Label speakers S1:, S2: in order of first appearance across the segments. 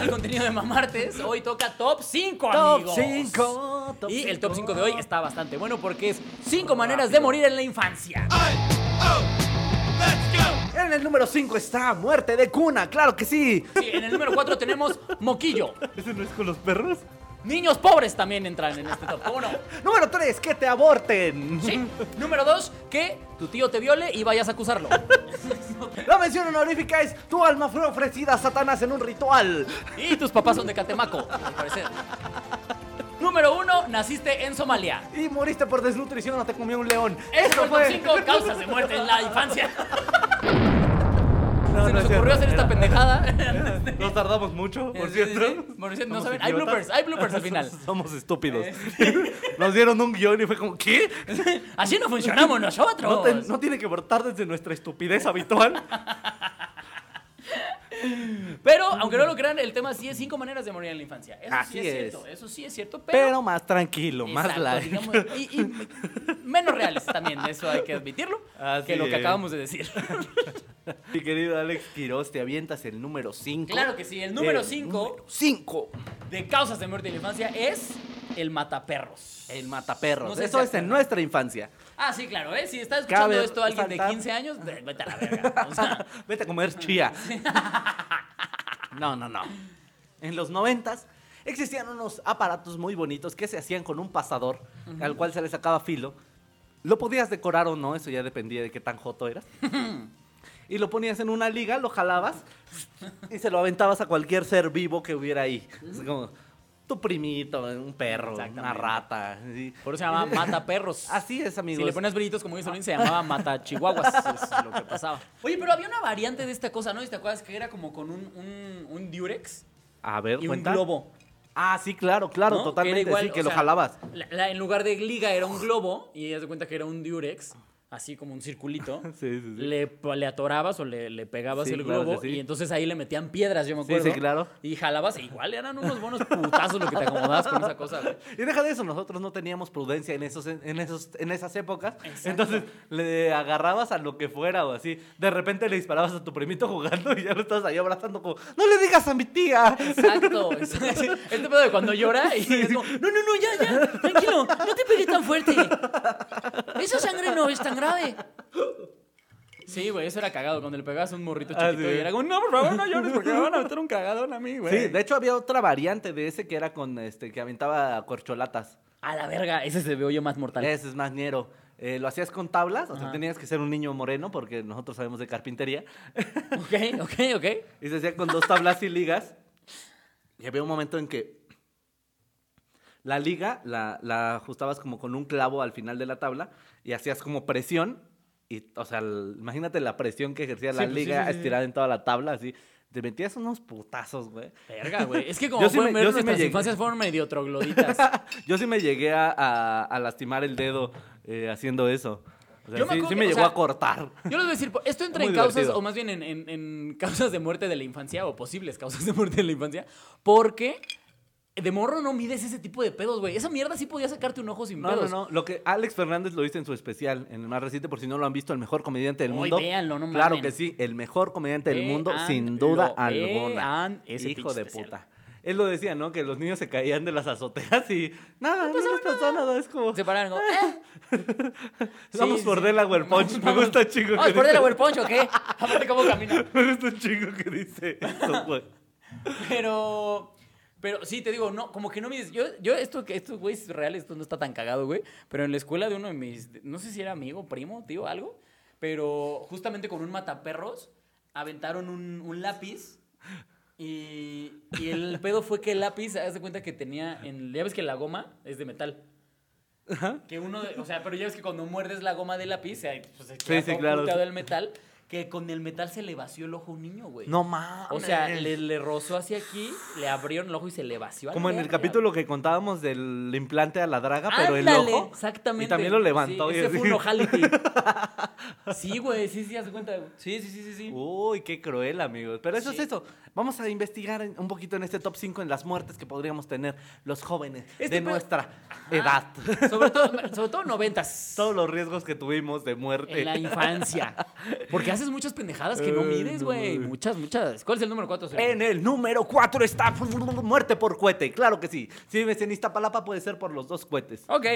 S1: al contenido de Mamartes, hoy toca Top 5,
S2: Top
S1: amigos.
S2: 5.
S1: Y el Top 5 de hoy está bastante bueno porque es 5 maneras de morir en la infancia.
S3: oh,
S2: En el número 5 está Muerte de Cuna, claro que sí.
S1: Sí, en el número 4 tenemos Moquillo.
S4: ¿Ese no es con los perros?
S1: Niños pobres también entran en este top. ¿Cómo no?
S2: Número 3, que te aborten.
S1: Sí. Número 2, que tu tío te viole y vayas a acusarlo.
S2: La mención honorífica es tu alma fue ofrecida a Satanás en un ritual.
S1: Y tus papás son de Catemaco, al parecer. Número 1, naciste en Somalia.
S2: Y moriste por desnutrición o te comió un león.
S1: Esto fue top 5 causas de muerte en la infancia.
S2: No,
S1: Se
S2: no
S1: nos
S2: es
S1: ocurrió
S2: cierto.
S1: hacer esta pendejada.
S4: Nos tardamos mucho, por
S1: Sí, sí, sí.
S4: cierto.
S1: Por cierto, no
S4: Somos
S1: saben, hay
S4: idiotas.
S1: bloopers, hay bloopers al final. Este.
S4: Somos estúpidos. Nos dieron un guión y fue como, ¿qué?
S1: Así no funcionamos
S4: ¿No,
S1: nosotros.
S4: te- no tiene que abortar desde nuestra estupidez habitual?
S1: Pero, aunque no lo crean, el tema sí es cinco maneras de morir en la infancia. Eso sí
S2: Así
S1: es,
S2: es.
S1: cierto. Eso sí es cierto, pero.
S2: Pero más tranquilo, más
S1: Exacto,
S2: light.
S1: digamos, y, y me- menos reales también, eso hay que admitirlo.
S4: Así
S1: que lo que
S4: es.
S1: acabamos de decir.
S2: Mi querido Alex Quiroz, te avientas el número 5.
S1: Claro que sí, el número 5
S2: 5.
S1: de causas de muerte en la infancia es el mataperros.
S2: El mataperros.
S1: No sé
S2: Pues Eso
S1: si
S2: es en
S1: acuerdan.
S2: nuestra infancia.
S1: Ah, sí, claro, ¿eh? Si está escuchando
S2: Cabe
S1: esto alguien de
S2: resaltar-
S1: 15 años, de- vete a la verga. O sea,
S2: Vete a comer chía. No, no, no. En los noventas existían unos aparatos muy bonitos que se hacían con un pasador al cual se le sacaba filo. Lo podías decorar o no, eso ya dependía de qué tan joto eras. Y lo ponías en una liga, lo jalabas y se lo aventabas a cualquier ser vivo que hubiera ahí. Es como tu primito, un perro, una
S1: Exactamente.
S2: rata. así.
S1: por eso se llamaba mataperros.
S2: Así es, amigos.
S1: Si le pones brillitos como dice Luis, se llamaba Mata Chihuahuas. es lo que pasaba. Oye, pero había una variante de esta cosa, ¿no? ¿Y te acuerdas que era como con un, un, un diurex
S2: A ver,
S1: y
S2: cuenta.
S1: un globo?
S2: Ah, sí, claro, claro,
S1: ¿no?
S2: totalmente,
S1: era igual,
S2: sí, que
S1: o
S2: lo
S1: sea,
S2: jalabas.
S1: la- la- en lugar de liga era un globo y ella se cuenta que era un diurex, así como un circulito.
S2: Sí, sí, sí.
S1: Le, pa- le atorabas o le, le pegabas
S2: Sí,
S1: el
S2: claro
S1: globo
S2: que sí.
S1: y entonces ahí le metían piedras, yo me
S2: Sí,
S1: acuerdo.
S2: sí, claro.
S1: Y jalabas, e igual eran unos buenos putazos lo que te acomodabas con esa cosa. güey.
S2: Y deja de eso, nosotros no teníamos prudencia en esos, en esos, en esas épocas. Entonces le agarrabas a lo que fuera o así. De repente le disparabas a tu primito jugando y ya lo estás ahí abrazando como, no le digas a mi tía.
S1: Exacto. exacto. Este pedo de cuando llora y es como, no, no, no, ya, ya, tranquilo, no te pegué tan fuerte. Esa sangre no es tan grave. Sí, güey, eso era cagado. Cuando le pegabas a un morrito
S2: Ah,
S1: chiquito
S2: sí.
S1: y era como, no, por favor, no llores porque me van a meter un cagadón a mí, güey.
S2: Sí, de hecho había otra variante de ese que era con, este, que aventaba corcholatas.
S1: A la verga, ese se veo yo más mortal.
S2: Ese es más ñero. Eh, lo hacías con tablas, o sea,
S1: Ajá.
S2: tenías que ser un niño moreno porque nosotros sabemos de carpintería.
S1: Ok, ok, ok.
S2: Y se hacía con dos tablas y ligas. Y había un momento en que la liga la, la ajustabas como con un clavo al final de la tabla y hacías como presión. Y, o sea, el- imagínate la presión que ejercía la
S1: Sí, pues, sí,
S2: liga
S1: sí, sí, sí.
S2: estirada en toda la tabla, así. Te metías unos putazos, güey.
S1: Verga, güey. Es que como
S2: Yo sí
S1: pueden
S2: me-
S1: ver,
S2: yo sí me
S1: nuestras
S2: llegué.
S1: infancias fueron medio trogloditas.
S2: Yo sí me llegué a, a- a lastimar el dedo eh, haciendo eso. O sea,
S1: Yo me
S2: sí,
S1: acuerdo
S2: sí
S1: que-
S2: me
S1: o
S2: llegó
S1: sea,
S2: a cortar.
S1: Yo les voy a decir, esto entra
S2: Muy
S1: en causas,
S2: divertido.
S1: o más bien en, en- en causas de muerte de la infancia, o posibles causas de muerte de la infancia, porque de morro no mides ese tipo de pedos, güey. Esa mierda sí podía sacarte un ojo sin
S2: No, no,
S1: pedos.
S2: no. Lo que Alex Fernández lo dice en su especial, en el más reciente, por si no lo han visto, el mejor comediante del
S1: Uy,
S2: mundo.
S1: véanlo, no
S2: Claro
S1: mamen.
S2: que sí, el mejor comediante del mundo,
S1: Vean
S2: sin duda
S1: lo- eh, ah,
S2: alguna.
S1: vean ese
S2: Hijo
S1: pinche
S2: de
S1: especial.
S2: puta. Él lo decía, ¿no? Que los niños se caían de las azoteas y nada, no, les pasó nada. Es como,
S1: Se pararon como, eh,
S2: vamos
S1: sí,
S2: por
S1: sí.
S2: del agua el punch. Me
S1: Vamos.
S2: gusta chingo
S1: Ay,
S2: que
S1: por
S2: dice.
S1: el agua el poncho, ¿qué? Aparte, ¿cómo camina?
S2: Me gusta un chingo que dice eso, güey.
S1: Pero. Pero sí, te digo, no, como que no me Yo, yo esto, que- esto, güey, es real, esto no está tan cagado, güey. Pero en la escuela de uno de mis. No sé si era amigo, primo, tío, algo. Pero justamente con un mataperros aventaron un, un lápiz. Y, y el pedo fue que el lápiz, haz de cuenta que tenía. En, ya ves que la goma es de metal. Que uno, de- o sea, pero ya ves que cuando muerdes la goma del lápiz, se- pues, se queda
S2: sí,
S1: todo
S2: claro.
S1: puteado el metal. Que con el metal se le vació el ojo a un niño, güey.
S2: No mames.
S1: O sea, le, le rozó hacia aquí, le abrieron el ojo y se le vació. a la
S2: Como en el
S1: verga.
S2: capítulo que contábamos del implante a la draga, pero
S1: Ándale,
S2: el ojo.
S1: Exactamente.
S2: Y también lo levantó.
S1: Sí,
S2: y
S1: ese
S2: así.
S1: fue un ojality. sí, güey, sí, sí, haz de cuenta. Uh. Sí, sí, sí, sí. sí.
S2: Uy, qué cruel, amigos. Pero eso
S1: Sí.
S2: es eso. Vamos a investigar en- un poquito en este top 5 en las muertes que podríamos tener los jóvenes
S1: Este
S2: de
S1: pedo-
S2: nuestra
S1: Ajá.
S2: edad.
S1: Sobre todo, sobre todo noventas.
S2: Todos los riesgos que tuvimos de muerte.
S1: En la infancia. Porque haces muchas pendejadas que no mides, güey. Muchas, muchas. ¿Cuál es el número 4?
S2: En el número 4 está muerte por cohete. Claro que sí. Si vives en Iztapalapa puede ser por los dos cohetes.
S1: Ok.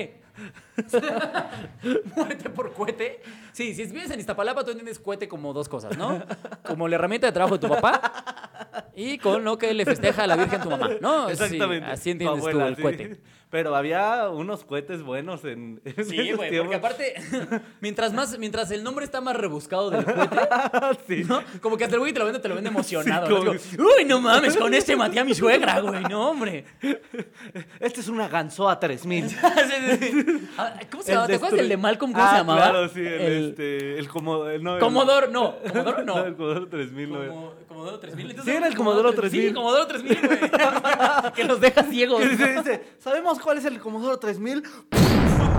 S1: Muerte por cohete. Sí, si vives en Iztapalapa, tú entiendes cohete como dos cosas, ¿no? Como la herramienta de trabajo de tu papá y con lo que le festeja a la Virgen tu mamá, ¿no? Oh, Sí, así
S2: Tu
S1: entiendes tú
S2: abuela,
S1: el
S2: sí.
S1: cohete.
S2: Pero había unos cohetes buenos en, en
S1: Sí,
S2: esos
S1: güey,
S2: tiempos.
S1: porque aparte, mientras más, mientras el nombre está más rebuscado del cohete,
S2: Ah, Sí.
S1: ¿no? Como que hasta el güey te lo vende, te lo vende emocionado.
S2: Sí,
S1: ¿no?
S2: como-
S1: Digo, Uy, no mames, con este maté a mi suegra, güey, no, hombre.
S2: Este es una gansoa 3000.
S1: Sí, sí, sí. Ah, ¿Cómo se
S2: El
S1: llamaba? ¿Te acuerdas
S2: destru-
S1: del de Malcolm? ¿Cómo se
S2: Ah,
S1: llamaba?
S2: Claro, sí, el,
S1: El-
S2: este, el Comodo- el- no, el-
S1: Comodoro, no, Comodoro
S2: no, el
S1: no.
S2: Comodoro 3000 no era.
S1: Como- Comodoro 3000.
S2: Sí, era el Comodoro 3000.
S1: Sí, el Comodoro 3000, güey. que los deja ciegos.
S2: Que dice, dice, ¿sabemos cuál es el Comodoro 3000? Y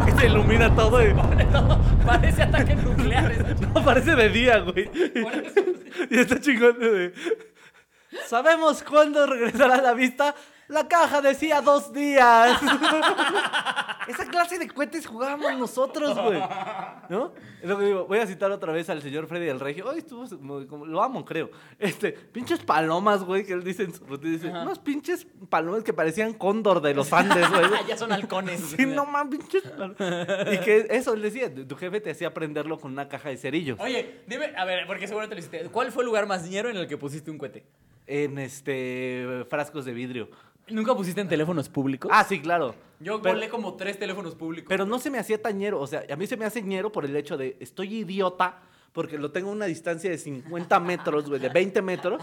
S2: se Este ilumina todo. y-
S1: No, parece ataque nuclear. ese ch-
S2: No, parece de día, güey.
S1: Por eso,
S2: Y está chingón de... ¿Sabemos cuándo regresará a la vista? La caja decía dos días. Esa clase de cohetes jugábamos nosotros, güey. ¿No? Es lo que digo. Voy a citar otra vez al señor Freddy del Regio. Ay, estuvo... muy- como- Lo amo, creo. Este, pinches palomas, güey, que él dice en su rutina. Dice,
S1: Ajá.
S2: unos pinches palomas que parecían cóndor de los Andes, güey.
S1: Ah, ya son halcones.
S2: Sí, no mames, pinches palomas. Y que eso, él decía, tu jefe te hacía prenderlo con una caja de cerillos.
S1: Oye, dime, a ver, porque seguramente lo hiciste. ¿Cuál fue el lugar más ñero en el que pusiste un cohete?
S2: En este frascos de vidrio.
S1: ¿Nunca pusiste en teléfonos públicos?
S2: Ah, sí, claro.
S1: Yo
S2: pero,
S1: volé como tres teléfonos públicos.
S2: pero no se me hacía tañero. O sea, a mí se me hace ñero por el hecho de estoy idiota porque lo tengo a una distancia de 50 metros, güey, de 20 metros.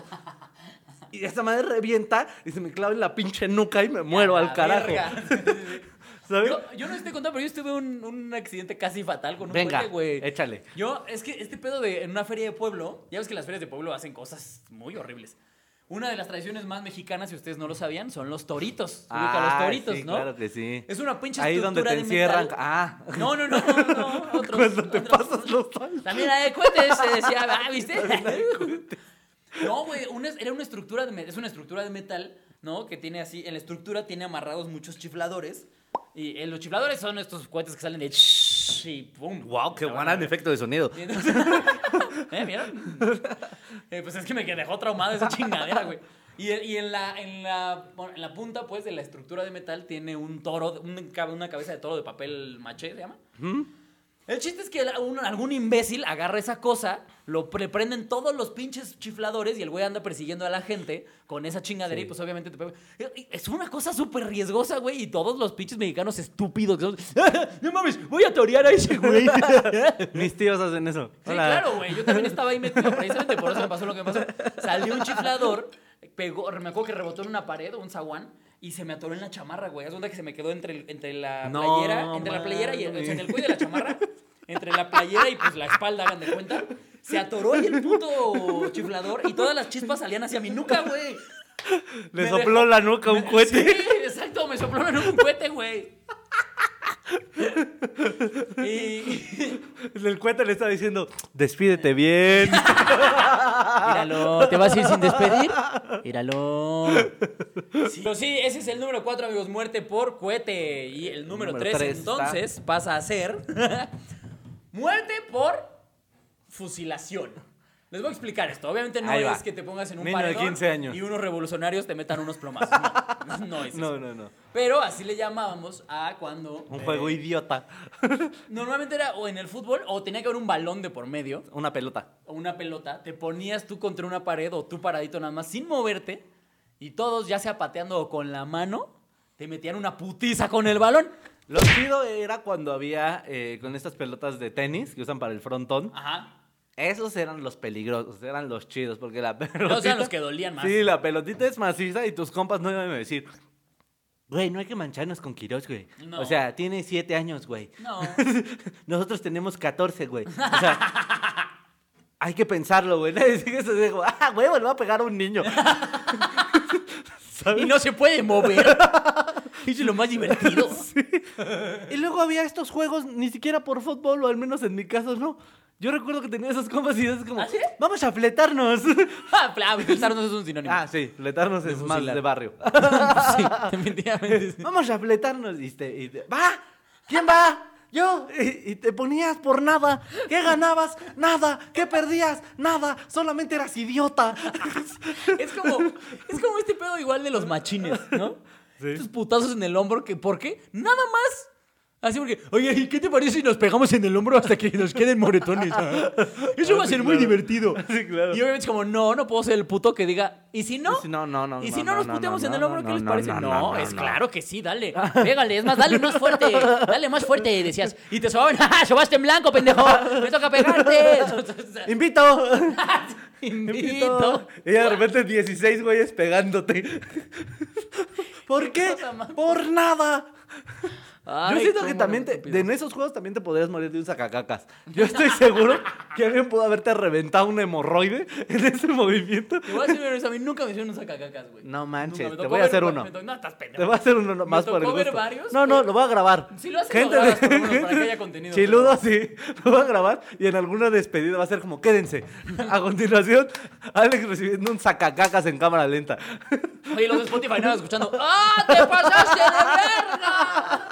S2: Y esa madre revienta y se me clava en la pinche nuca y me muero al
S1: La
S2: carajo.
S1: verga.
S2: ¿Sabes?
S1: Yo, yo no estoy contando, pero yo estuve un, un accidente casi fatal con un
S2: Venga,
S1: cohete, güey.
S2: échale.
S1: Yo, es que este pedo de en una feria de pueblo, ya ves que las ferias de pueblo hacen cosas muy horribles. Una de las tradiciones más mexicanas, si ustedes no lo sabían, son los toritos. Ubica los
S2: Ah,
S1: toritos,
S2: sí,
S1: ¿no?
S2: Claro que sí.
S1: Es una pinche
S2: Ahí donde
S1: estructura
S2: te
S1: de
S2: encierran.
S1: metal.
S2: Ah,
S1: No, no, no, no, no, otros,
S2: cuando te
S1: otros.
S2: pasas los tacos.
S1: También la de cohetes se decía, ah, ¿viste? No, güey, una- era una estructura de metal, es una estructura de metal, ¿no? Que tiene así, en la estructura tiene amarrados muchos chifladores. Y eh, los chifladores son estos cohetes que salen de shhh y pum.
S2: Wow, qué
S1: Se van
S2: gran
S1: a-
S2: efecto de sonido.
S1: Y entonces- ¿Eh? ¿Vieron? Eh, pues es que me quedé- dejó traumada esa chingadera, güey. Y, el- y en, la, en, la, bueno, en la punta, pues, de la estructura de metal tiene un toro, un cab- una cabeza de toro de papel maché, se llama. El chiste es que el- un- algún imbécil agarra esa cosa, lo pre- prenden todos los pinches chifladores y el güey anda persiguiendo a la gente con esa chingadera y pues obviamente te pega. Y- y Es una cosa súper riesgosa, güey, y todos los pinches mexicanos estúpidos que son, No mames, voy a torear a ese güey.
S2: Mis tíos hacen eso.
S1: Sí,
S2: Hola.
S1: claro, güey. Yo también estaba ahí metido, precisamente por eso me pasó lo que me pasó. Salió un chiflador, pegó, me acuerdo que rebotó en una pared o un zaguán y se me atoró en la chamarra, güey. Es onda que se me quedó entre, el- entre la
S2: No,
S1: playera, entre la playera y el, o sea, en el cuello de la chamarra, entre la playera y pues la espalda, hagan de cuenta. Se atoró ahí el puto chiflador y todas las chispas salían hacia mi nuca, güey.
S2: Le
S1: Me
S2: sopló
S1: dejó-
S2: la nuca a un cohete.
S1: Sí, exacto, me sopló en un cohete, güey. Y
S2: El cuate le está diciendo, despídete bien.
S1: Míralo, ¿te vas a ir sin despedir? Míralo. Sí. Pero sí, ese es el número 4, amigos, muerte por cohete. Y el número
S2: Número
S1: 3,
S2: tres está-
S1: entonces, pasa a ser muerte por fusilación. Les voy a explicar esto. Obviamente no
S2: Ahí
S1: es
S2: va.
S1: que te pongas en un
S2: Niño de
S1: paredón
S2: 15 años.
S1: y unos revolucionarios te metan unos plomazos. No, no es eso.
S2: No, no, no.
S1: Pero así le llamábamos a cuando...
S2: Un
S1: eh,
S2: juego idiota.
S1: Normalmente era o en el fútbol o tenía que haber un balón de por medio
S2: Una pelota.
S1: o una pelota, te ponías tú contra una pared o tú paradito nada más sin moverte y todos ya sea pateando o con la mano, te metían una putiza con el balón.
S2: Lo chido era cuando había eh, con estas pelotas de tenis que usan para el frontón.
S1: Ajá.
S2: Esos eran los peligrosos, eran los chidos, porque la pelotita...
S1: eran los que dolían más.
S2: Sí, la pelotita es maciza y tus compas no iban a decir... Güey, no hay que mancharnos con Quirós, güey.
S1: No.
S2: O sea, tiene siete años, güey.
S1: No.
S2: Nosotros tenemos 14, güey. O sea, hay que pensarlo, güey. Nadie dice eso. Digo, ah, güey, le va a pegar a un niño.
S1: Y no se puede mover. Eso es lo más divertido.
S2: Y luego había estos juegos, ni siquiera por fútbol, o al menos en mi caso, no. Yo recuerdo que tenía esas compas y es como,
S1: ¿Ah, sí?
S2: vamos a fletarnos.
S1: Ah, pla- Pensar no es un sinónimo.
S2: ah, sí, fletarnos es más
S1: fusilar.
S2: de barrio.
S1: sí, definitivamente. sí.
S2: vamos a fletarnos. Y, este, y te- va, ¿quién va? Yo, y, y te ponías por nada. ¿Qué ganabas? Nada. ¿Qué perdías? Nada. Solamente eras idiota.
S1: Es como, es como este pedo igual de los machines, ¿no?
S2: Sí.
S1: Estos putazos en el hombro que, ¿por qué? Nada más. Así porque, oye, ¿y qué te parece si nos pegamos en el hombro hasta que nos queden moretones? Ah, Eso va a ser muy divertido.
S2: Sí, claro.
S1: Y obviamente es como, no, no puedo ser el puto que diga, ¿y si no?
S2: Y si no, no, no,
S1: ¿Y
S2: no,
S1: si no,
S2: no,
S1: nos
S2: no,
S1: puteamos
S2: no,
S1: en el
S2: no,
S1: hombro? ¿Qué
S2: no,
S1: les
S2: no,
S1: parece? No,
S2: no, no,
S1: es
S2: no.
S1: claro que sí, dale. Pégale, es más, dale más fuerte. Dale más fuerte, decías. Y te sobaban, ¡ah, sobaste en blanco, pendejo! ¡Me toca pegarte!
S2: Invito.
S1: Invito.
S4: Y de repente 16 güeyes pegándote.
S2: ¿Por qué?
S1: cosa más-
S2: Por nada.
S1: Ay,
S2: Yo siento
S1: cómo
S2: que
S1: lo
S2: también te-
S1: escupido.
S2: en esos juegos también te podrías morir de un sacacacas. Yo estoy seguro que alguien pudo haberte reventado un hemorroide en ese movimiento.
S1: Te voy a decir una cosa, a mí nunca me hicieron un sacacacas, güey.
S2: No manches,
S1: Nunca, me
S2: te
S1: tocó
S2: voy a
S1: ver
S2: hacer
S1: un-
S2: uno.
S1: me to- No, estás pendejo.
S2: Te voy a hacer uno no-
S1: Me
S2: más por el
S1: tocó ver
S2: gusto.
S1: varios,
S2: no, no,
S1: pero-
S2: lo voy a grabar.
S1: Si lo haces, lo grabas, por lo menos, para que haya contenido,
S2: Chiludo
S1: pero-
S2: sí, lo voy a grabar y en alguna despedida va a ser como quédense. A continuación, Alex recibiendo un sacacacas en cámara lenta.
S1: Oye, los de Spotify nada escuchando. ¡Ah, te pasaste de verga!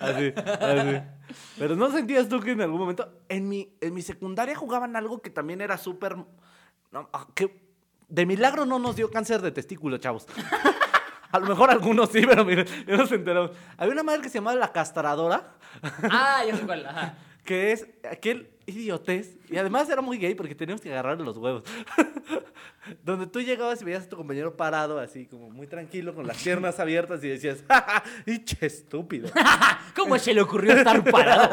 S2: Así, así. Pero ¿no sentías tú que en algún momento, en mi, en mi secundaria jugaban algo que también era súper... no, ah, que de milagro no nos dio cáncer de testículo, chavos. A lo mejor algunos sí, pero miren, ya nos enteramos. Había una madre que se llamaba la castradora,
S1: Ah, ya sé cuál. Ajá.
S2: que es aquel idiotez, y además era muy gay porque teníamos que agarrar los huevos. Donde tú llegabas y veías a tu compañero parado, así como muy tranquilo, con las piernas abiertas, y decías, ¡Ja, ja! y che, estúpido!
S1: ¿Cómo se le ocurrió estar parado?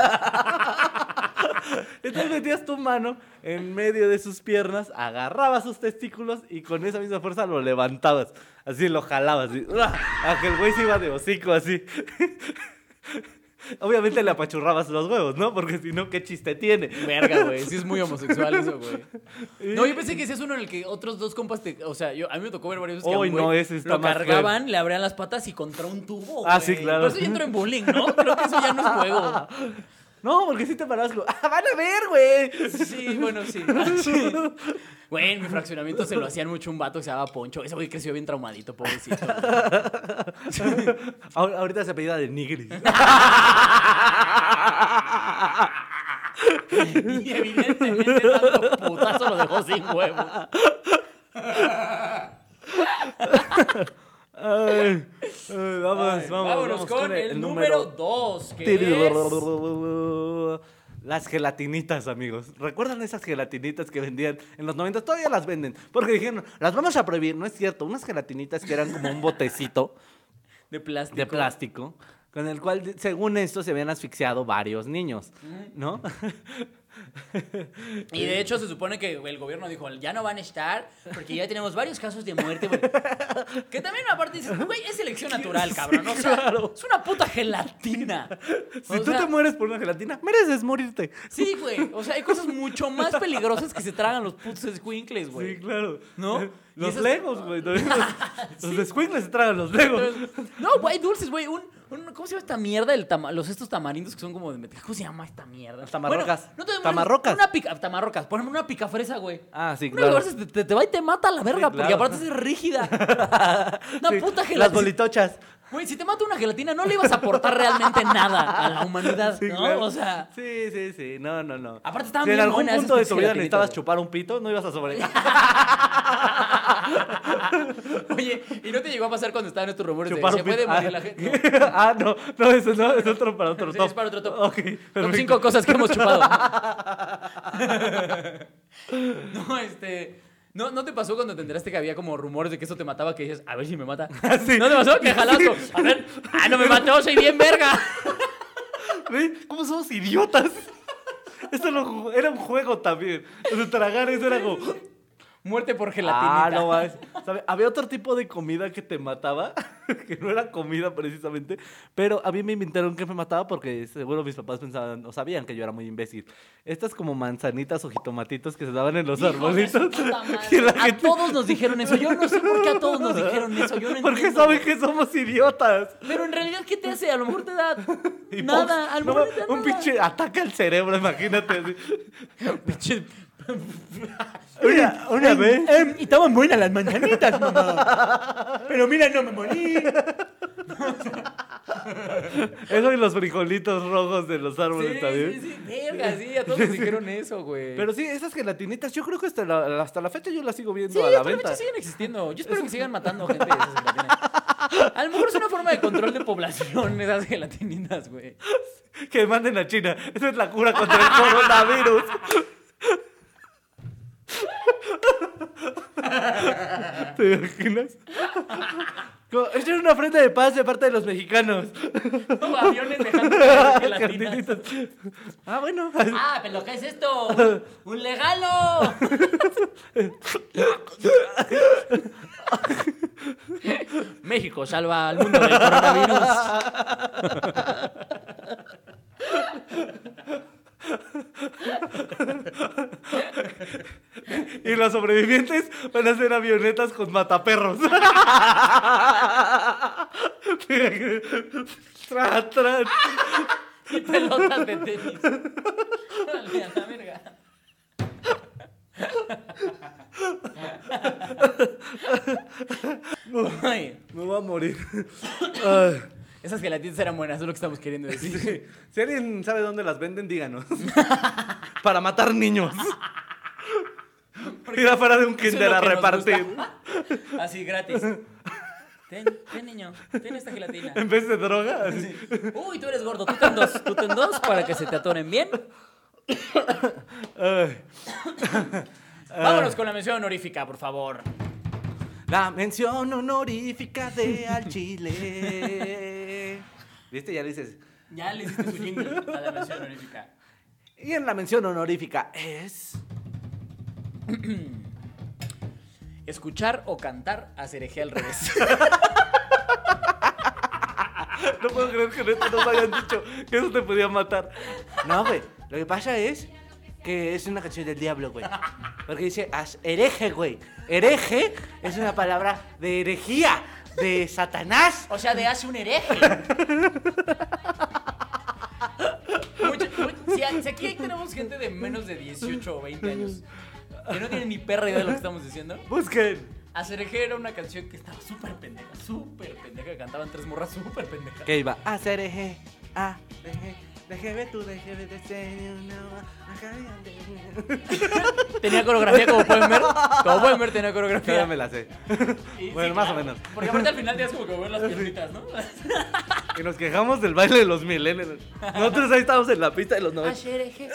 S2: Entonces metías tu mano en medio de sus piernas, agarrabas sus testículos y con esa misma fuerza lo levantabas. Así lo jalabas. Así, ¡Uah! a que el güey se iba de hocico así. Obviamente le apachurrabas los huevos, ¿no? Porque si no, ¿qué chiste tiene?
S1: Verga, güey. Sí es muy homosexual eso, güey. No, yo pensé que ese es uno en el que otros dos compas te... O sea, yo, a mí me tocó ver varios veces que a un
S2: Uy,
S1: güey
S2: no, ese está
S1: lo
S2: más
S1: cargaban, le abrían las patas y contra un tubo,
S2: Ah, sí,
S1: güey.
S2: claro.
S1: Pero eso ya entró en bullying, ¿no? Creo que eso ya no es juego.
S2: No, porque si te parabas como, ¡ah, van a ver, güey!
S1: Sí, bueno, sí. Ah, sí. Güey, en mi fraccionamiento se lo hacían mucho un vato que se llamaba Poncho. Ese güey creció bien traumadito, pobrecito.
S2: Ahor- Ahorita se apellida de nigris.
S1: Y evidentemente tanto putazo lo dejó sin huevo.
S2: Ay, ay, vamos,
S1: Vámonos,
S2: vamos, vamos
S1: con, el, número 2, que es...
S2: Las gelatinitas, amigos. ¿Recuerdan esas gelatinitas que vendían en los 90? Todavía las venden. Porque dijeron, las vamos a prohibir. No es cierto. Unas gelatinitas que eran como un botecito
S1: De plástico.
S2: de plástico, con el cual, según esto, se habían asfixiado varios niños. ¿No?
S1: Y de hecho se supone que el gobierno dijo, ya no van a estar, porque ya tenemos varios casos de muerte. güey". Que también aparte dices, güey, es selección natural, cabrón. O sea, Es una puta gelatina.
S2: Si tú te mueres por una gelatina, mereces morirte.
S1: Sí, güey. O sea, hay cosas mucho más peligrosas que se tragan los putos escuincles, güey.
S2: Sí, claro. Eh,
S1: ¿No? Y
S2: Los
S1: esas-
S2: legos, güey. Los, los escuincles se tragan los legos.
S1: No, güey, dulces, güey. Un, un- ¿Cómo se llama esta mierda? El tama- los estos tamarindos que son como de mete- ¿Cómo se llama esta mierda?
S2: Tamarrocas.
S1: Bueno, no te demores,
S2: Tamarrocas.
S1: Una pica, tamarrocas. Ponme una picafresa, güey.
S2: Ah, sí,
S1: Una
S2: claro.
S1: picafresa te, te- te va y te mata a la verga, porque
S2: claro.
S1: aparte es rígida. Una
S2: Sí,
S1: puta
S2: Las
S1: gelatina.
S2: bolitochas.
S1: Güey, si te mata una gelatina, no le ibas a aportar realmente nada a la humanidad,
S2: Sí,
S1: ¿no?
S2: claro.
S1: O sea.
S2: Sí, sí, sí. No, no, no.
S1: Aparte estaban
S2: Si en
S1: bien
S2: algún
S1: buenas
S2: punto
S1: esas
S2: de tu vida
S1: gelatinitas,
S2: necesitabas
S1: güey.
S2: chupar un pito, no ibas a sobrevivir.
S1: Oye, ¿y no te llegó a pasar cuando estaban estos rumores
S2: chupar
S1: de se
S2: un
S1: puede
S2: pito.
S1: morir la gente? No.
S2: Ah, ah, no. No, eso no. Es otro para otro
S1: Sí,
S2: top.
S1: es para otro top.
S2: Ok,
S1: Son
S2: perfecto.
S1: cinco cosas que hemos chupado. no, este. ¿No, ¿No te pasó cuando te enteraste que había como rumores de que eso te mataba? Que dices, a ver si me mata.
S2: Ah, Sí.
S1: ¿No te pasó? Que jalazo. A ver, ah, no me mató, soy bien verga.
S2: ¿Ve? ¿Cómo somos idiotas? Esto lo jugó- era un juego también. O sea, tragar eso era como...
S1: Muerte por gelatinita.
S2: Ah, no más. Había otro tipo de comida que te mataba, que no era comida precisamente, pero a mí me inventaron que me mataba porque seguro mis papás pensaban, o sabían que yo era muy imbécil. Estas como manzanitas o jitomatitos que se daban en los
S1: Hijo de su
S2: arbolitos.
S1: puta madre.
S2: que la
S1: A
S2: gente-
S1: todos nos dijeron eso. Yo no sé por qué a todos nos dijeron eso. Yo no entiendo.
S2: porque saben que somos idiotas.
S1: Pero en realidad, ¿qué te hace? A lo mejor te da
S2: Y
S1: nada.
S2: pops,
S1: A lo
S2: no,
S1: mejor te da
S2: un
S1: nada.
S2: pinche ataque al cerebro, imagínate. así.
S1: Pinche-
S2: una una vez.
S1: Em, y estaban buenas las manzanitas, mamá. Pero mira, no me morí.
S2: Eso y los frijolitos rojos de los árboles
S1: Sí, sí,
S2: también.
S1: sí, verga, sí, a todos nos dijeron eso, güey.
S2: Pero sí, esas gelatinitas, yo creo que hasta la, hasta la fecha yo las sigo viendo
S1: Sí,
S2: a la
S1: hasta la
S2: venta.
S1: fecha siguen existiendo. Yo espero que sigan matando gente de esas gelatinas. A lo mejor es una forma de control de población esas gelatinitas, güey.
S2: Que manden a China. Esa es la cura contra el coronavirus. ¿Te imaginas? Como, Esto es una ofrenda de paz de parte de los mexicanos.
S1: No, aviones dejando de gelatinas.
S2: Gelatinitas. ah, bueno.
S1: Ah, pero ¿qué es esto? ¡Un legalo! México salva al mundo del coronavirus.
S2: Y los sobrevivientes van a ser avionetas con mataperros. Tra, tra.
S1: Y pelotas de tenis. Vale, a la verga. Ay,
S2: Me voy a morir. Ay.
S1: esas gelatinas eran buenas, es lo que estamos queriendo decir.
S2: Sí. Si alguien sabe dónde las venden, díganos. Para matar niños. Ir afuera de un
S1: Eso es
S2: kinder
S1: lo
S2: a
S1: que nos
S2: repartir.
S1: gusta. Así, gratis. Ten, ten, niño, ten esta gelatina.
S2: En vez de droga. así.
S1: Uy, tú eres gordo, tú ten dos, tú ten dos para que se te atoren bien.
S2: Ay.
S1: Vámonos con la mención honorífica, por favor.
S2: La mención honorífica de al chile. ¿Viste? Ya le dices.
S1: Ya le hiciste su jingle a la mención honorífica.
S2: Y en la mención honorífica es.
S1: Escuchar o cantar a Cereje al revés.
S2: No puedo creer que neta nos hayan dicho que eso te podía matar. No, güey. Lo que pasa es que es una canción del diablo, güey. Porque dice "As- hereje, güey. Hereje es una palabra de herejía, de Satanás.
S1: O sea, de hace un hereje. Mucho- mu- si, a- si aquí tenemos gente de menos de 18 o 20 años que no tienen ni perra idea de lo que estamos diciendo,
S2: Busquen.
S1: a Cereje era una canción que estaba súper pendeja, súper pendeja. Cantaban tres morras súper pendejas.
S2: Que iba a ser hereje, a hereje. Déjeme tú, déjeme de ser una
S1: Tenía coreografía, como pueden ver. Como pueden ver, tenía
S2: Ya
S1: coreografía.
S2: me la sé.
S1: Y sí,
S2: Bueno, más o
S1: claro,
S2: menos.
S1: Porque aparte al final tienes como que mover las piernitas, ¿no?
S2: Que nos quejamos del baile de los millennials. Nosotros ahí estábamos en la pista de los 90.
S1: Cereje.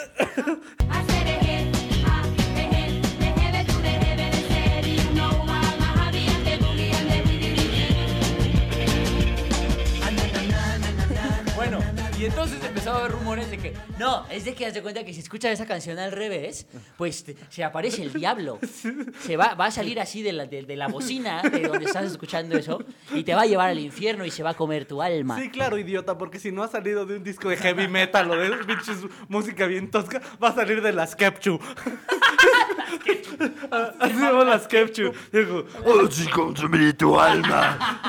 S1: Bueno, y entonces empezó a haber rumores de que no, es de que haz de cuenta que si escuchas esa canción al revés, pues te- se aparece el diablo. Se va, va a salir así de la, de, de la bocina de donde estás escuchando eso y te va a llevar al infierno y se va a comer tu alma.
S2: Sí, claro, idiota, porque si no ha salido de un disco de heavy metal o de pinches música bien tosca, va a salir de las Kepchu. Ah, Así se llaman las Kepchu. Dijo,
S4: Oh, sí, consumí tu alma.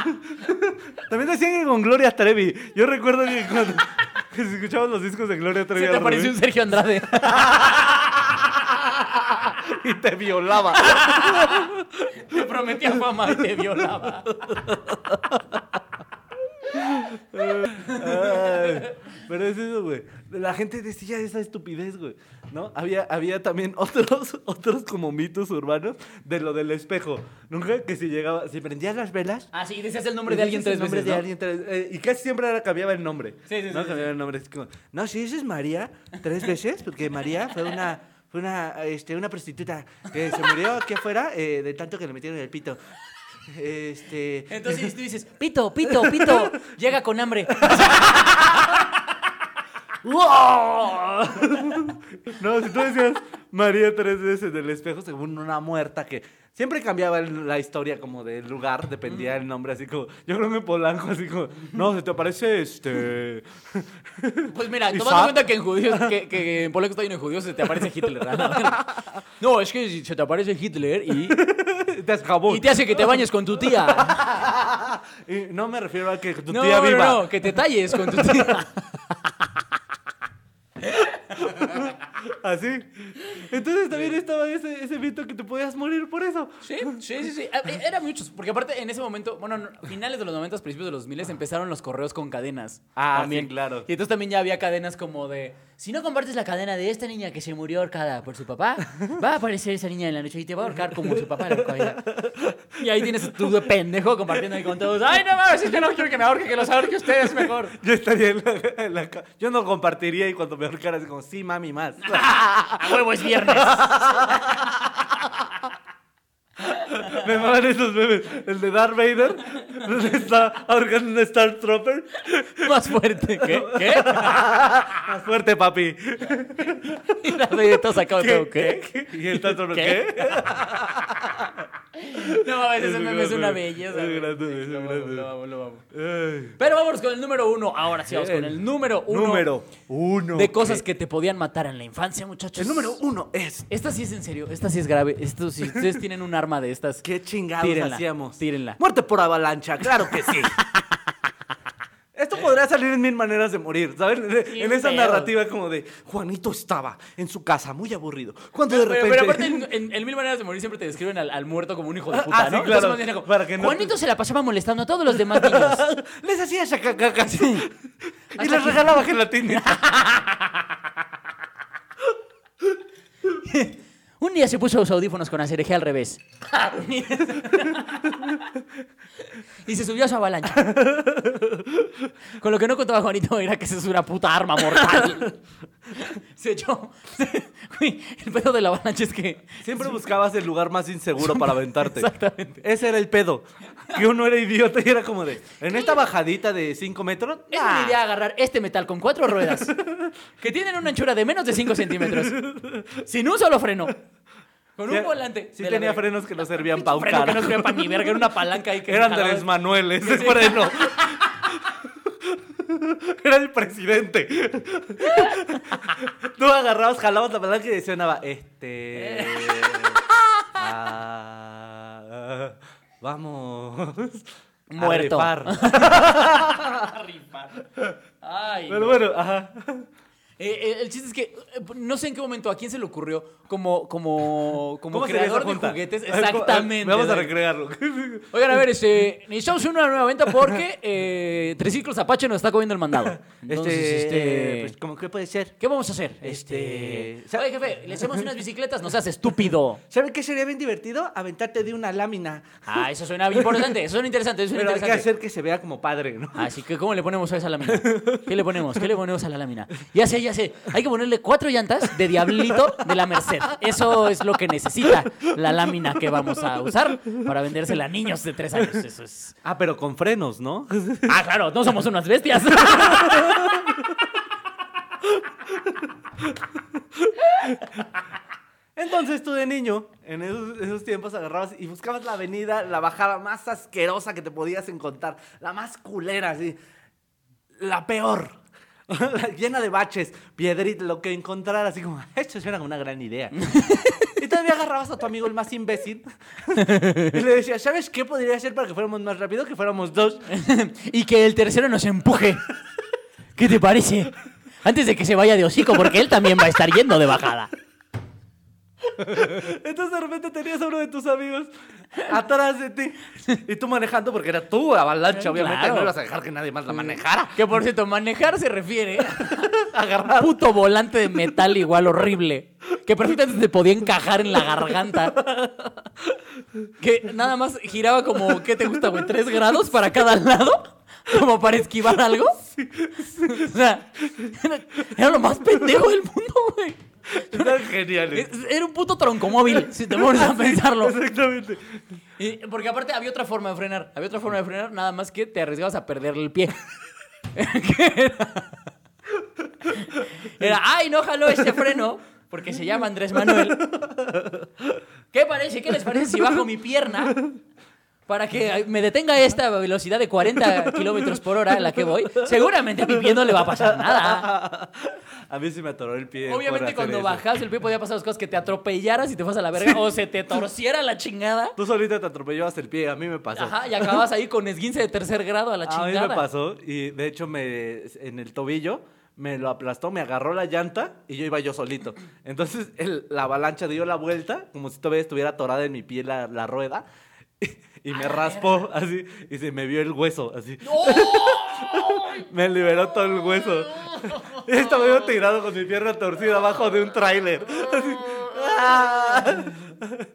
S2: También decían que con Gloria Trevi. Yo recuerdo que cuando que si escuchábamos los discos de Gloria Trevi al revés,
S1: Sergio Andrade.
S2: y te violaba.
S1: Te prometía fama y te violaba.
S2: Ay, pero es eso, güey. La gente decía esa estupidez, güey. ¿No? Había, había también otros, otros como mitos urbanos de lo del espejo. Nunca que si llegaba, si prendías las velas.
S1: Ah, sí, decías el nombre de alguien
S2: decías
S1: tres
S2: el nombre
S1: veces,
S2: de
S1: ¿no?
S2: alguien tres- eh, y casi siempre era- cambiaba el nombre.
S1: Sí, sí,
S2: ¿no?
S1: sí,
S2: Cambiaba el nombre. Es como, no, si esa es María, tres veces, porque María fue una. Fue una, este, una prostituta que se murió aquí afuera eh, de tanto que le metieron el pito. Este,
S1: Entonces tú dices, pito, pito, pito, llega con hambre.
S2: ¡Wow! no, si tú decías María tres veces del espejo, según una muerta que siempre cambiaba el- la historia como del lugar, dependía del nombre, así como, yo creo que Polanco, así como, no, se te aparece este.
S1: Pues mira,
S2: ¿Y
S1: tomando
S2: Saab?
S1: en cuenta que en judíos, que, que en polaco está lleno de judíos, se te aparece Hitler. ¿no? No, es que se te aparece Hitler y,
S2: Te escabó.
S1: y te hace que te bañes con tu tía.
S2: Y no me refiero a que tu
S1: No,
S2: tía
S1: no,
S2: viva.
S1: no, que te talles con tu tía.
S2: Así. Entonces también estaba ese, ese mito que te podías morir por eso.
S1: Sí, sí, sí, sí. Ah, eh, Eran muchos. Porque aparte, en ese momento, bueno, no, finales de los 90, principios de los 2000 empezaron los correos con cadenas.
S2: Ah, sí,
S1: también.
S2: claro.
S1: Y entonces también ya había cadenas como de: si no compartes la cadena de esta niña que se murió ahorcada por su papá, va a aparecer esa niña en la noche y te va a ahorcar como su papá la ahorcó a ella". Y ahí tienes tu de pendejo compartiendo ahí con todos: ¡ay, no mames! Es que no quiero que me ahorque, que los ahorque ustedes mejor.
S2: Yo estaría en la, en la ca- Yo no compartiría y cuando me ahorcaras como, sí, mami, más.
S1: A huevo es viernes.
S2: Me maman esos memes. El de Darth Vader donde está ahorcando un Star Trooper.
S1: Más fuerte. ¿Qué? ¿Qué?
S2: Más fuerte, papi.
S1: Y la vedeta sacaba todo. ¿Qué?
S2: Y el Star Trooper, ¿qué?
S1: No mames, ese meme es una
S2: Es
S1: belleza. güey.
S2: grande, es
S1: Lo amo,
S2: grande.
S1: lo amo, lo amo.
S2: Ay.
S1: Pero vámonos con el número uno. Ahora sí, vamos con el número uno.
S2: Número uno.
S1: De cosas que te podían matar en la infancia, muchachos.
S2: El número uno es...
S1: Esta sí es en serio, esta sí es grave. Esto, si ustedes tienen un arma de estas,
S2: ¿Qué chingados
S1: tírenla.
S2: hacíamos?
S1: Tírenla.
S2: Muerte por avalancha, claro que sí. Esto podría salir en mil maneras de morir, ¿sabes? En,
S1: Bien
S2: esa
S1: feo.
S2: narrativa como de Juanito estaba en su casa muy aburrido. Cuando de
S1: Ah, Pero,
S2: repente.
S1: pero aparte, en, en- en Mil Maneras de Morir siempre te describen al, al muerto como un hijo de
S2: Ah,
S1: puta,
S2: sí,
S1: ¿no?
S2: claro.
S1: Entonces, más bien como,
S2: Para que no te-
S1: Juanito se la pasaba molestando a todos los demás niños.
S2: Les hacía chacacacas y
S1: Hasta
S2: les
S1: que-
S2: regalaba gelatina.
S1: Un día se puso los audífonos con acereje al revés. y se subió a su avalancha. Con lo que no contaba Juanito era que esa es una puta arma mortal. se echó. Güey, el pedo de la avalancha es que.
S2: Siempre buscabas el lugar más inseguro para aventarte.
S1: Exactamente.
S2: Ese era el pedo. Que uno era idiota y era como de. En esta bajadita de 5 metros.
S1: Es
S2: nah,
S1: una idea agarrar este metal con cuatro ruedas que tienen una anchura de menos de 5 centímetros, sin un solo freno, con
S2: sí-
S1: un volante.
S2: Sí
S1: de la
S2: tenía
S1: verga.
S2: frenos que no servían
S1: Pinche
S2: para un
S1: freno que no
S2: carajo.
S1: servía para ni verga, era una palanca ahí que
S2: Era
S1: jalaba.
S2: Andrés Manuel, ese freno. Era el presidente. Tú agarrabas, jalabas la palanca y decía nada, este. ah, vamos. a
S1: Muerto.
S2: rifar".
S1: Ay,
S2: Pero
S1: no.
S2: bueno, ajá.
S1: Eh, eh, el chiste es que eh, no sé en qué momento a quién se le ocurrió como como como
S2: ¿Cómo sería
S1: creador
S2: esa
S1: de
S2: junta?
S1: juguetes,
S2: A ver, ¿cómo-
S1: exactamente.
S2: Vamos a
S1: Dani.
S2: recrearlo.
S1: Oigan, a ver, este, necesitamos una nueva venta porque eh, Triciclos Apache nos está comiendo el mandado. Entonces, este,
S2: pues, ¿cómo que puede ser?
S1: ¿Qué vamos a hacer?
S2: Este,
S1: Este. Oye, jefe, le hacemos unas bicicletas, no seas estúpido.
S2: ¿Saben qué sería bien divertido? Aventarte de una lámina.
S1: Ah, eso suena importante, eso suena interesante, eso suena
S2: Pero hay que
S1: interesante.
S2: hacer que se vea como padre, ¿no?
S1: Así que, ¿cómo le ponemos a esa lámina? ¿Qué le ponemos? ¿Qué le ponemos a la lámina? Ya sé, ya sé. Hay que ponerle cuatro llantas de diablito de la Merced. Eso es lo que necesita la lámina que vamos a usar para vendérsela a niños de tres años. Eso es.
S2: Ah, pero con frenos, ¿no?
S1: Ah, claro, no somos unas bestias.
S2: Entonces tú de niño, en esos, esos tiempos agarrabas y buscabas la avenida, la bajada más asquerosa que te podías encontrar, la más culera, así, la peor, la llena de baches, piedrita, lo que encontraras, así como, esto suena como una gran idea. y todavía agarrabas a tu amigo el más imbécil y le decías, ¿sabes qué podría hacer para que fuéramos más rápido? Que fuéramos dos.
S1: y que el tercero nos empuje. ¿Qué te parece? Antes de que se vaya de hocico, porque él también va a estar yendo de bajada.
S2: Entonces de repente tenías a uno de tus amigos atrás de ti y tú manejando porque era tu avalancha, obviamente,
S1: Claro.
S2: no ibas a dejar que nadie más la manejara.
S1: Que por cierto, manejar se refiere a agarrar un puto volante de metal igual horrible. Que perfectamente te podía encajar en la garganta. Que nada más giraba como, ¿qué te gusta, güey? ¿Tres grados para cada lado? Como para esquivar algo. O sea, era, era lo más pendejo del mundo, güey.
S2: Eran geniales.
S1: Es- Era un puto troncomóvil, si te pones a pensarlo.
S2: Exactamente.
S1: Y- porque aparte había otra forma de frenar. Había otra forma de frenar, nada más que te arriesgabas a perder el pie. Que era- Era, ay, no jaló este freno, porque se llama Andrés Manuel. ¿Qué parece? ¿Qué les parece si bajo mi pierna para que me detenga esta velocidad de 40 kilómetros por hora a la que voy? Seguramente a mi pie no le va a pasar nada.
S2: A mí se me atoró el pie. por
S1: Obviamente
S2: hacer
S1: cuando
S2: eso.
S1: bajabas el pie podía pasar las cosas que te atropellaras y te fueras a la verga o se te torciera la chingada.
S2: Tú solita te atropellabas el pie, a mí me pasó.
S1: Ajá, y acabas ahí con esguince de tercer grado a la
S2: a mí
S1: chingada.
S2: me pasó y de hecho me en el tobillo me lo aplastó, me agarró la llanta y yo iba yo solito. Entonces el- la avalancha dio la vuelta, como si todavía estuviera atorada en mi piel la, la rueda, y, y me raspó así, y se me vio el hueso, así. me liberó todo el hueso. Y estaba yo tirado con mi pierna torcida abajo de un tráiler. Así, ¡ah!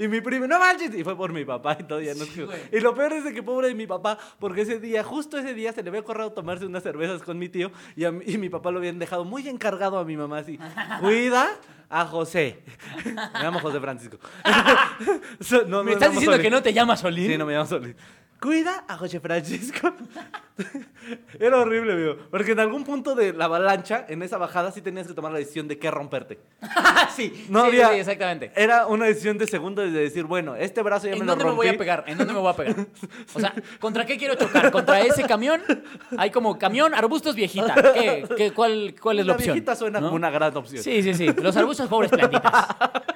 S2: Y mi primo, no manches, y fue por mi papá y todo, ya no
S1: Sí, güey.
S2: Y lo peor es de que pobre de mi papá, porque ese día, justo ese día, se le había corrido tomarse unas cervezas con mi tío y, a mí- y mi papá lo habían dejado muy encargado a mi mamá así, cuida a José. Me llamo José Francisco. So- no,
S1: ¿Me
S2: no,
S1: estás
S2: llamo
S1: diciendo
S2: Solín.
S1: que no te llamas Solín?
S2: Sí, no me llamo Solís. Cuida a José Francisco. Era horrible, amigo. Porque en algún punto de la avalancha, en esa bajada, sí tenías que tomar la decisión de qué romperte.
S1: Ah, sí,
S2: No
S1: sí,
S2: había.
S1: sí, exactamente.
S2: Era una decisión de segundos de decir, bueno, este brazo ya me
S1: ¿En
S2: lo
S1: dónde
S2: rompí.
S1: me voy a pegar? ¿En dónde me voy a pegar? O sea, ¿contra qué quiero chocar? ¿Contra ese camión? Hay como camión, arbustos, viejita. ¿Qué, qué- cuál, ¿Cuál es la,
S2: La
S1: opción?
S2: viejita suena
S1: ¿No?
S2: como una gran opción.
S1: Sí, sí, sí. Los arbustos, pobres plantitas.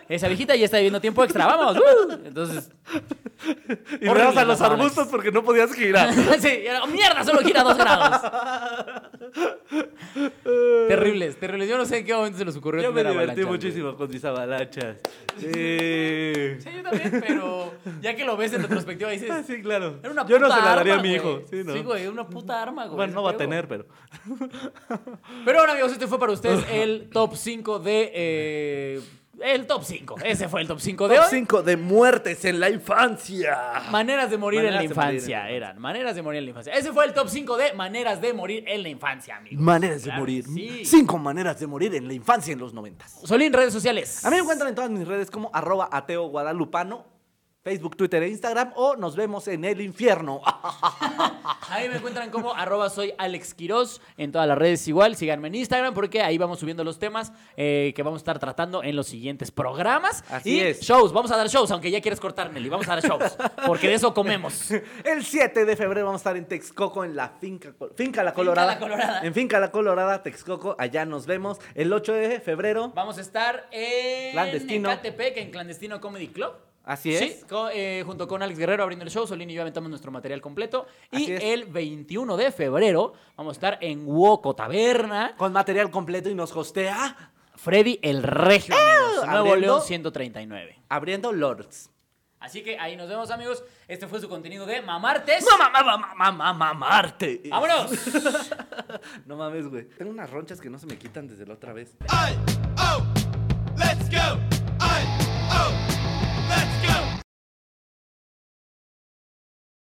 S1: Esa viejita ya está viviendo tiempo extra. ¡Vamos! ¡Uh! Entonces...
S2: y le
S1: horrible,
S2: das a los
S1: no mames.
S2: arbustos porque no podías girar.
S1: sí, y era, mierda, solo gira dos grados. terribles, terribles. Yo no sé en qué momento se les ocurrió
S2: Yo me
S1: tener
S2: divertí
S1: avalanchas, güey.
S2: muchísimo con mis avalanchas. Sí.
S1: Sí, yo también, pero ya que lo ves en retrospectiva dices,
S2: Ah, sí, claro.
S1: era una
S2: Yo no
S1: puta
S2: se la daría
S1: arma,
S2: a mi hijo.
S1: güey.
S2: Sí, no.
S1: güey, una puta arma, güey.
S2: bueno,
S1: ese
S2: no va a
S1: pedo.
S2: tener, pero.
S1: Pero bueno, amigos, este fue para ustedes el top 5 de eh, el top 5. Ese fue el top 5 de hoy.
S4: 5 de muertes en la infancia.
S1: Maneras de morir en la
S2: Maneras de morir en la
S1: infancia eran. Maneras de morir en la infancia. Ese fue el top 5 de maneras de morir en la infancia, amigos.
S4: Maneras de
S1: Claro,
S4: morir.
S1: sí.
S4: Cinco maneras de morir en la infancia en los noventas.
S1: Solín, redes sociales.
S2: A mí me encuentran en todas mis redes como arroba ateo guadalupano, Facebook, Twitter e Instagram o nos vemos en el infierno.
S1: A mí me encuentran como arroba soy Alex Quiroz en todas las redes igual. Síganme en Instagram porque ahí vamos subiendo los temas eh, que vamos a estar tratando en los siguientes programas.
S2: Así
S1: y
S2: es.
S1: shows, vamos a dar shows, aunque ya quieres cortar, Nelly. Vamos a dar shows porque de eso comemos.
S2: El 7 de febrero vamos a estar en Texcoco, en la finca, Col- finca la, Colorada.
S1: La Colorada.
S2: En Finca La Colorada, Texcoco, allá nos vemos. El 8 de febrero,
S1: Vamos a estar en
S2: Clandestino.
S1: Ecatepec, en Clandestino Comedy Club.
S2: Así es.
S1: Sí, co- eh, junto con Alex Guerrero abriendo el show, Solín y yo aventamos nuestro material completo. Y
S2: Así es.
S1: el 21 de febrero vamos a estar en Woco Taberna,
S2: con material completo y nos hostea
S1: Freddy el Regio, amigos, Nuevo
S2: Abriendo.
S1: León 139.
S2: abriendo Lords.
S1: Así que ahí nos vemos, amigos. Este fue su contenido de Mamartes.
S4: Mamá, mamá, mamá, mamarte.
S1: ¡Vámonos!
S2: No mames, güey. Tengo unas ronchas que no se me quitan desde la otra vez.
S3: I, oh, let's go. oh,